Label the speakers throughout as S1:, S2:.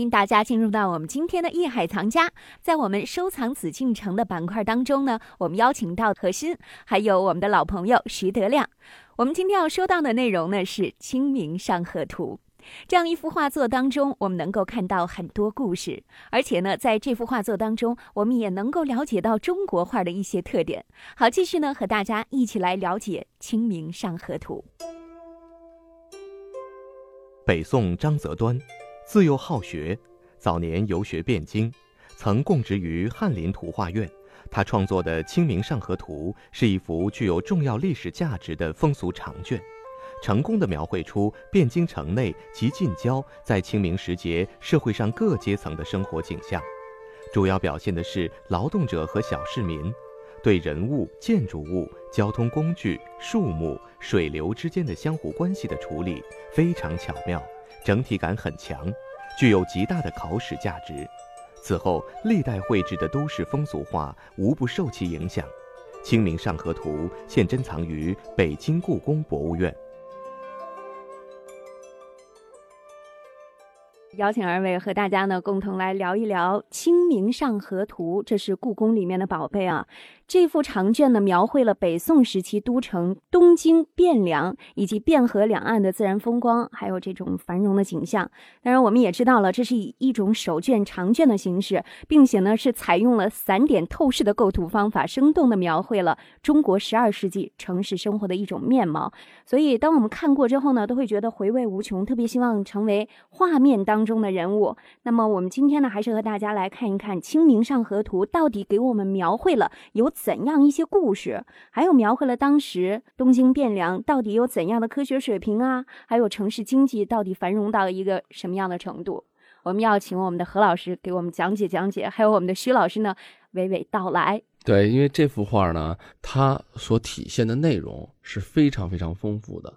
S1: 欢迎大家进入到我们今天的《艺海藏家》。在我们收藏紫禁城的板块当中呢，我们邀请到何欣，还有我们的老朋友徐德亮。我们今天要说到的内容呢是《清明上河图》。这样一幅画作当中，我们能够看到很多故事，而且呢，在这幅画作当中，我们也能够了解到中国画的一些特点。好，继续呢，和大家一起来了解《清明上河图》。
S2: 北宋张择端，自幼好学，早年游学汴京，曾供职于翰林图画院。他创作的《清明上河图》是一幅具有重要历史价值的风俗长卷，成功的描绘出汴京城内及近郊在清明时节社会上各阶层的生活景象，主要表现的是劳动者和小市民对人物、建筑物、交通工具、树木、水流之间的相互关系的处理非常巧妙，整体感很强，具有极大的考史价值。此后，历代绘制的都市风俗画无不受其影响。《清明上河图》现珍藏于北京故宫博物院。
S1: 邀请二位和大家呢共同来聊一聊《清明上河图》，这是故宫里面的宝贝啊。这幅长卷呢，描绘了北宋时期都城东京、汴梁以及汴河两岸的自然风光，还有这种繁荣的景象。当然，我们也知道了，这是以一种手卷长卷的形式，并且呢是采用了散点透视的构图方法，生动的描绘了中国十二世纪城市生活的一种面貌。所以，当我们看过之后呢，都会觉得回味无穷，特别希望成为画面当。当中的人物。那么我们今天呢，还是和大家来看一看《清明上河图》到底给我们描绘了有怎样一些故事，还有描绘了当时东京汴梁到底有怎样的科学水平啊，还有城市经济到底繁荣到一个什么样的程度。我们要请我们的何老师给我们讲解讲解，还有我们的徐老师呢娓娓道来。
S3: 对，因为这幅画呢，它所体现的内容是非常非常丰富的。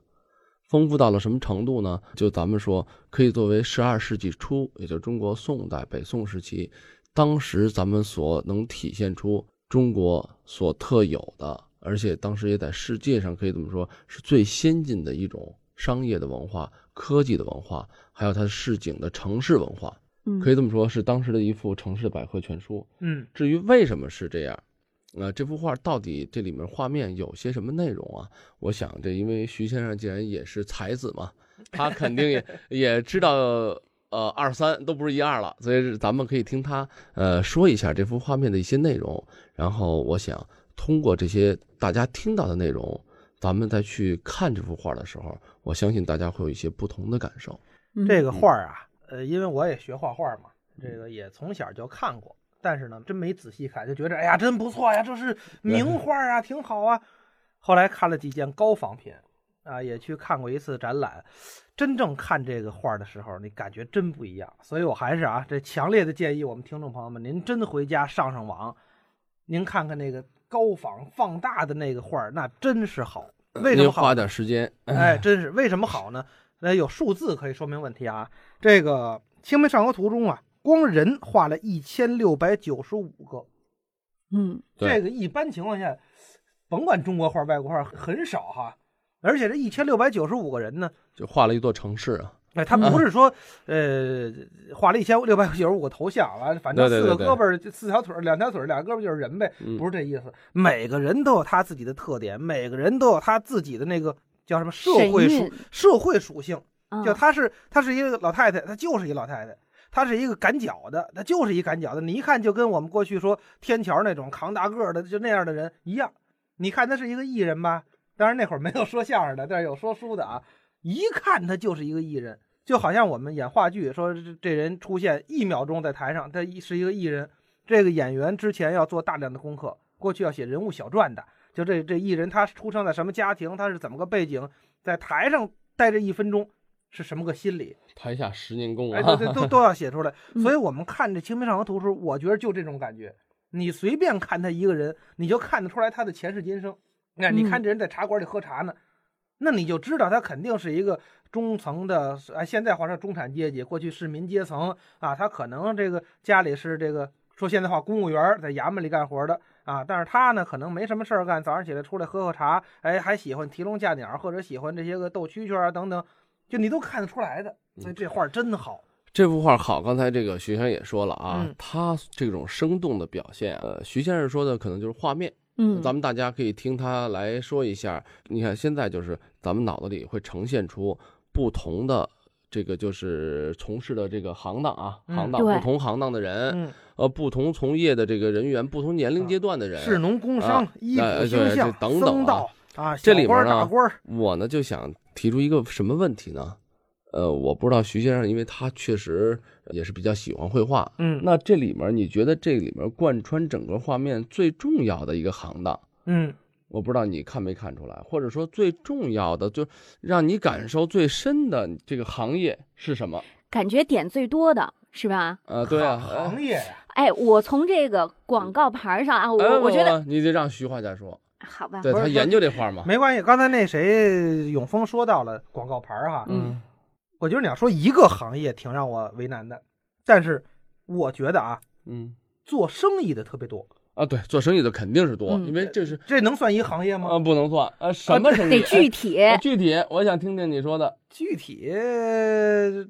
S3: 丰富到了什么程度呢？就咱们说，可以作为十二世纪初，也就是中国宋代、北宋时期，当时咱们所能体现出中国所特有的，而且当时也在世界上可以这么说，是最先进的一种商业的文化、科技的文化，还有它市井的城市文化，
S1: 嗯
S3: 可以这么说，是当时的一副城市百科全书。
S4: 嗯
S3: 至于为什么是这样，呃，这幅画到底这里面画面有些什么内容啊？我想这因为徐先生既然也是才子嘛，他肯定也也知道呃二三都不是一二了，所以是咱们可以听他呃说一下这幅画面的一些内容，然后我想通过这些大家听到的内容。咱们再去看这幅画的时候，我相信大家会有一些不同的感受。
S1: 嗯
S4: 这个画儿啊，呃，因为我也学画画嘛，这个也从小就看过，但是呢，真没仔细看，就觉着哎呀，真不错呀，这是名画啊，挺好啊。后来看了几件高仿品，啊，也去看过一次展览。真正看这个画儿的时候，你感觉真不一样。所以我还是啊，这强烈的建议我们听众朋友们，您真回家上上网，您看看那个高仿放大的那个画儿，那真是好。为什
S3: 您
S4: 么好
S3: 花？点时间？
S4: 哎，真是为什么好呢？那有数字可以说明问题啊。这个《清明上河图》中啊，光人画了一千六百九十五个，
S1: 嗯，
S3: 对
S4: 这个一般情况下，甭管中国画、外国画，很少哈。而且这一千六百九十五个人呢，
S3: 就画了一座城市啊，
S4: 哎，他不是说，呃，画了一千六百九十五个头像完了，反正
S3: 对
S4: 四
S3: 对
S4: 个
S3: 对
S4: 胳膊儿、四条腿儿、两条腿儿、俩胳膊就是人呗，
S3: 嗯
S4: 不是这意思。每个人都有他自己的特点，每个人都有他自己的那个叫什么社会
S1: 神
S4: 属
S1: 韵
S4: 社会属性。
S1: 啊。
S4: 就她是她是一个老太太，她就是一老太太。她是一个赶脚的，她就是一赶脚的。你一看就跟我们过去说天桥那种扛大个儿的就那样的人一样。你看她是一个艺人吧，当然那会儿没有说相声的，但是有说书的啊。一看她就是一个艺人，就好像我们演话剧说这这人出现一秒钟在台上，他一是一个艺人。这个演员之前要做大量的功课，过去要写人物小传的，就这这艺人他出生在什么家庭，他是怎么个背景，在台上待这一分钟是什么个心理？
S3: 台下十年功啊，
S4: 哎，对对，都都要写出来
S1: 嗯
S4: 所以我们看这《清明上河图》时候，我觉得就这种感觉。你随便看他一个人，你就看得出来他的前世今生。那你看这人在茶馆里喝茶呢，那你就知道他肯定是一个中层的，哎，现在话说中产阶级，过去市民阶层啊，他可能这个家里是这个说现在话公务员儿，在衙门里干活的啊，但是他呢可能没什么事儿干，早上起来出来喝喝茶，哎，还喜欢提笼架鸟，或者喜欢这些个斗蛐蛐儿啊等等，就你都看得出来的。所以这画儿真好，
S3: 这幅画好，刚才这个徐先生也说了啊
S4: 嗯，
S3: 他这种生动的表现，呃，徐先生说的可能就是画面，
S1: 嗯，
S3: 咱们大家可以听他来说一下。你看现在就是咱们脑子里会呈现出不同的这个就是从事的这个行当啊，
S4: 嗯
S3: 行当
S1: 对
S3: 不同行当的人，
S4: 嗯，
S3: 呃，不同从业的这个人员，不同年龄阶段的人。
S4: 士农工商、衣
S3: 哎
S4: 服、
S3: 对
S4: 星
S3: 这
S4: 象、
S3: 等等
S4: 僧
S3: 啊
S4: 道啊，
S3: 这
S4: 小
S3: 里
S4: 官儿
S3: 面呢
S4: 打官儿，
S3: 我呢就想提出一个什么问题呢？呃，我不知道徐先生，因为他确实也是比较喜欢绘画，
S4: 嗯
S3: 那这里面你觉得这里面贯穿整个画面最重要的一个行当，
S4: 嗯
S3: 我不知道你看没看出来，或者说最重要的，就让你感受最深的这个行业是什么？
S1: 感觉点最多的是吧？
S3: 啊，对啊，
S4: 行行
S3: 哎
S4: 业呀，
S1: 哎，我从这个广
S3: 嗯
S1: 告牌儿上啊，我、
S3: 哎
S1: 我觉得啊
S3: 不不你得让徐画家说，
S1: 好吧，
S3: 嗯对
S4: 不是
S3: 他研究这画嘛，
S4: 没关系。刚才那谁永峰说到了广告牌儿哈，
S1: 嗯
S4: 我觉得你要说一个行业挺让我为难的，但是我觉得啊，
S3: 嗯
S4: 做生意的特别多，
S3: 啊，对，做生意的肯定是多，
S1: 嗯
S3: 因为这是
S4: 这能算一行业
S3: 啊
S4: 吗？
S3: 不能算啊什么生意
S1: 得具体。
S3: 哎具体，我想听听你 说的。
S4: 具体呃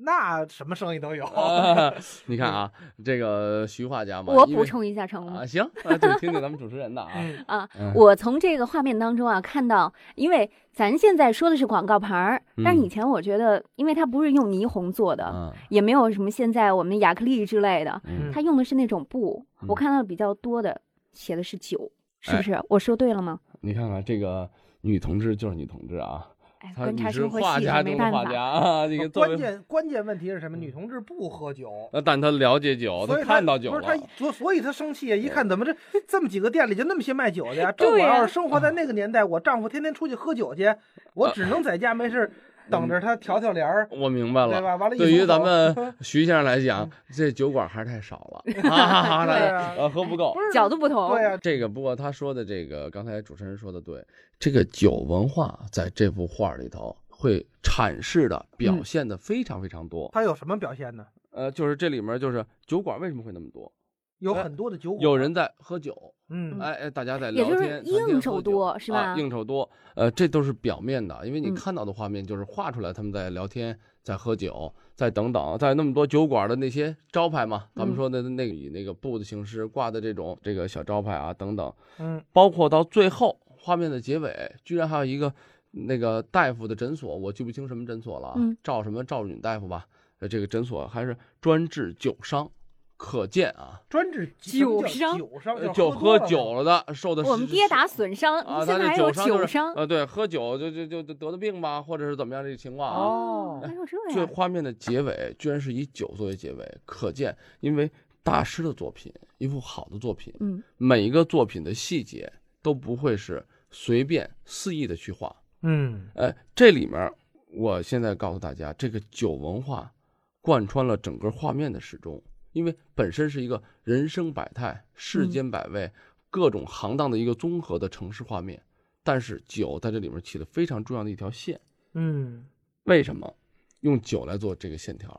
S4: 那什么生意都有。
S3: 啊你看啊，这个徐画家嘛，
S1: 我
S3: 因
S1: 补
S3: 为
S1: 充一下，成龙、
S3: 啊，行，啊就听听咱们主持人的啊。
S4: 嗯
S1: 啊，
S3: 嗯
S1: 我从这个画面当中啊看到，因为咱现在说的是广告牌儿，但是
S3: 嗯
S1: 以前我觉得，因为它不是用霓虹做的，
S3: 啊
S1: 也没有什么现在我们亚克力之类的，
S3: 嗯
S1: 它用的是那种布。
S3: 嗯
S1: 我看到比较多的写的是酒，是
S3: 哎
S1: 不是？我说对了吗？
S3: 你看看这个女同志就是女同志啊，
S1: 哎，
S3: 她
S1: 观
S3: 你
S1: 察
S3: 是
S1: 生活
S3: 画
S1: 细
S3: 家
S1: 致，没
S3: 中的
S1: 办
S3: 画
S1: 法。
S3: 家啊，你个作为
S4: 关键关键问题是什么？女同志不喝酒，
S3: 那但他了解酒，
S4: 所以
S3: 看到酒
S4: 不
S3: 了
S4: 是。他所所以他生气啊！一看 怎么这这么几个店里就那么些卖酒的呀？这我
S1: 对呀
S4: 要是生活
S3: 啊
S4: 在那个年代，我丈夫天天出去喝酒去，我只能在家没事儿等着他调调帘儿，
S3: 我明白
S4: 对
S3: 啊嗯了。
S4: 吧？完了，
S3: 对于咱 们徐先生来讲，这酒馆还是太少 了，哈哈哈
S4: 对
S3: 哈
S4: 啊
S3: 呃，喝不够
S4: 不。是
S1: 角度不同，
S4: 对啊呀，
S3: 这个不过他说的这个，刚才主持人说的对，这个酒文化在这幅画里头会阐释的、表现的非常非常多。
S4: 他有什么表现呢？
S3: 呃，就是这里面就是酒馆为什么会那么多？
S4: 有很多的酒馆，
S3: 哎有人在喝酒，
S4: 嗯
S3: 哎哎，大家在
S1: 也
S3: 聊
S1: 就
S3: 天，
S1: 是
S3: 谈天
S1: 应
S3: 喝
S1: 酬
S3: 酒
S1: 多是吧
S3: 啊？应酬多，呃，这都是表面的，因为你
S1: 嗯
S3: 看到的画面就是画出来他们在聊天、在喝酒、在等等，在那么多酒馆的那些招牌嘛，咱
S1: 嗯
S3: 们说的那个以那个布的形式挂的这种这个小招牌啊等等，
S4: 嗯
S3: 包括到最后画面的结尾，居然还有一个那个大夫的诊所，我记不清什么诊所了啊，
S1: 嗯
S3: 赵什么赵允大夫吧，呃，这个诊所还是专治酒伤，可见啊。
S4: 专治
S1: 酒商
S4: 酒商
S3: 呃
S4: 就
S3: 就是
S4: 喝
S3: 喝
S4: 多了
S3: 酒了的，受的
S1: 我们
S3: 是
S1: 跌
S3: 是
S1: 打损伤，
S3: 啊，
S1: 现
S3: 他
S1: 在
S3: 这
S1: 还有
S3: 伤就是
S1: 酒伤。
S3: 呃，对，喝酒就就就就得的病吧，或者是怎么样这个情况啊。
S4: 哦
S1: 还有这
S3: 最
S1: 样，
S3: 画面的结尾居然是以酒作为结尾，可见因为大师的作品，一幅好的作品，
S1: 嗯，
S3: 每一个作品的细节都不会是随便肆意的去画。
S4: 嗯
S3: 哎，这里面我现在告诉大家，这个酒文化贯穿了整个画面的始终，因为本身是一个人生百态、世间百味、各种行当的一个综合的城市画面。但是酒在这里面起了非常重要的一条线，
S4: 嗯
S3: 为什么用酒来做这个线条？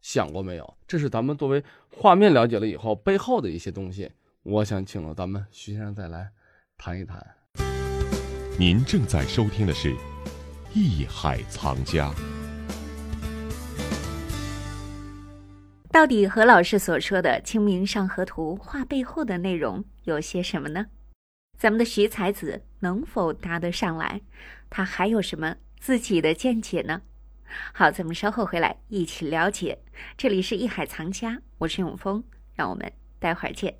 S3: 想过没有？这是咱们作为画面了解了以后背后的一些东西。我想请了咱们徐先生再来谈一谈。
S5: 您正在收听的是《艺海藏家》。
S1: 到底何老师所说的《清明上河图》画背后的内容有些什么呢？咱们的徐才子能否答得上来？他还有什么自己的见解呢？好，咱们稍后回来一起了解。这里是《艺海藏家》，我是永峰，让我们待会儿见。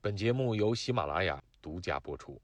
S6: 本节目由喜马拉雅独家播出。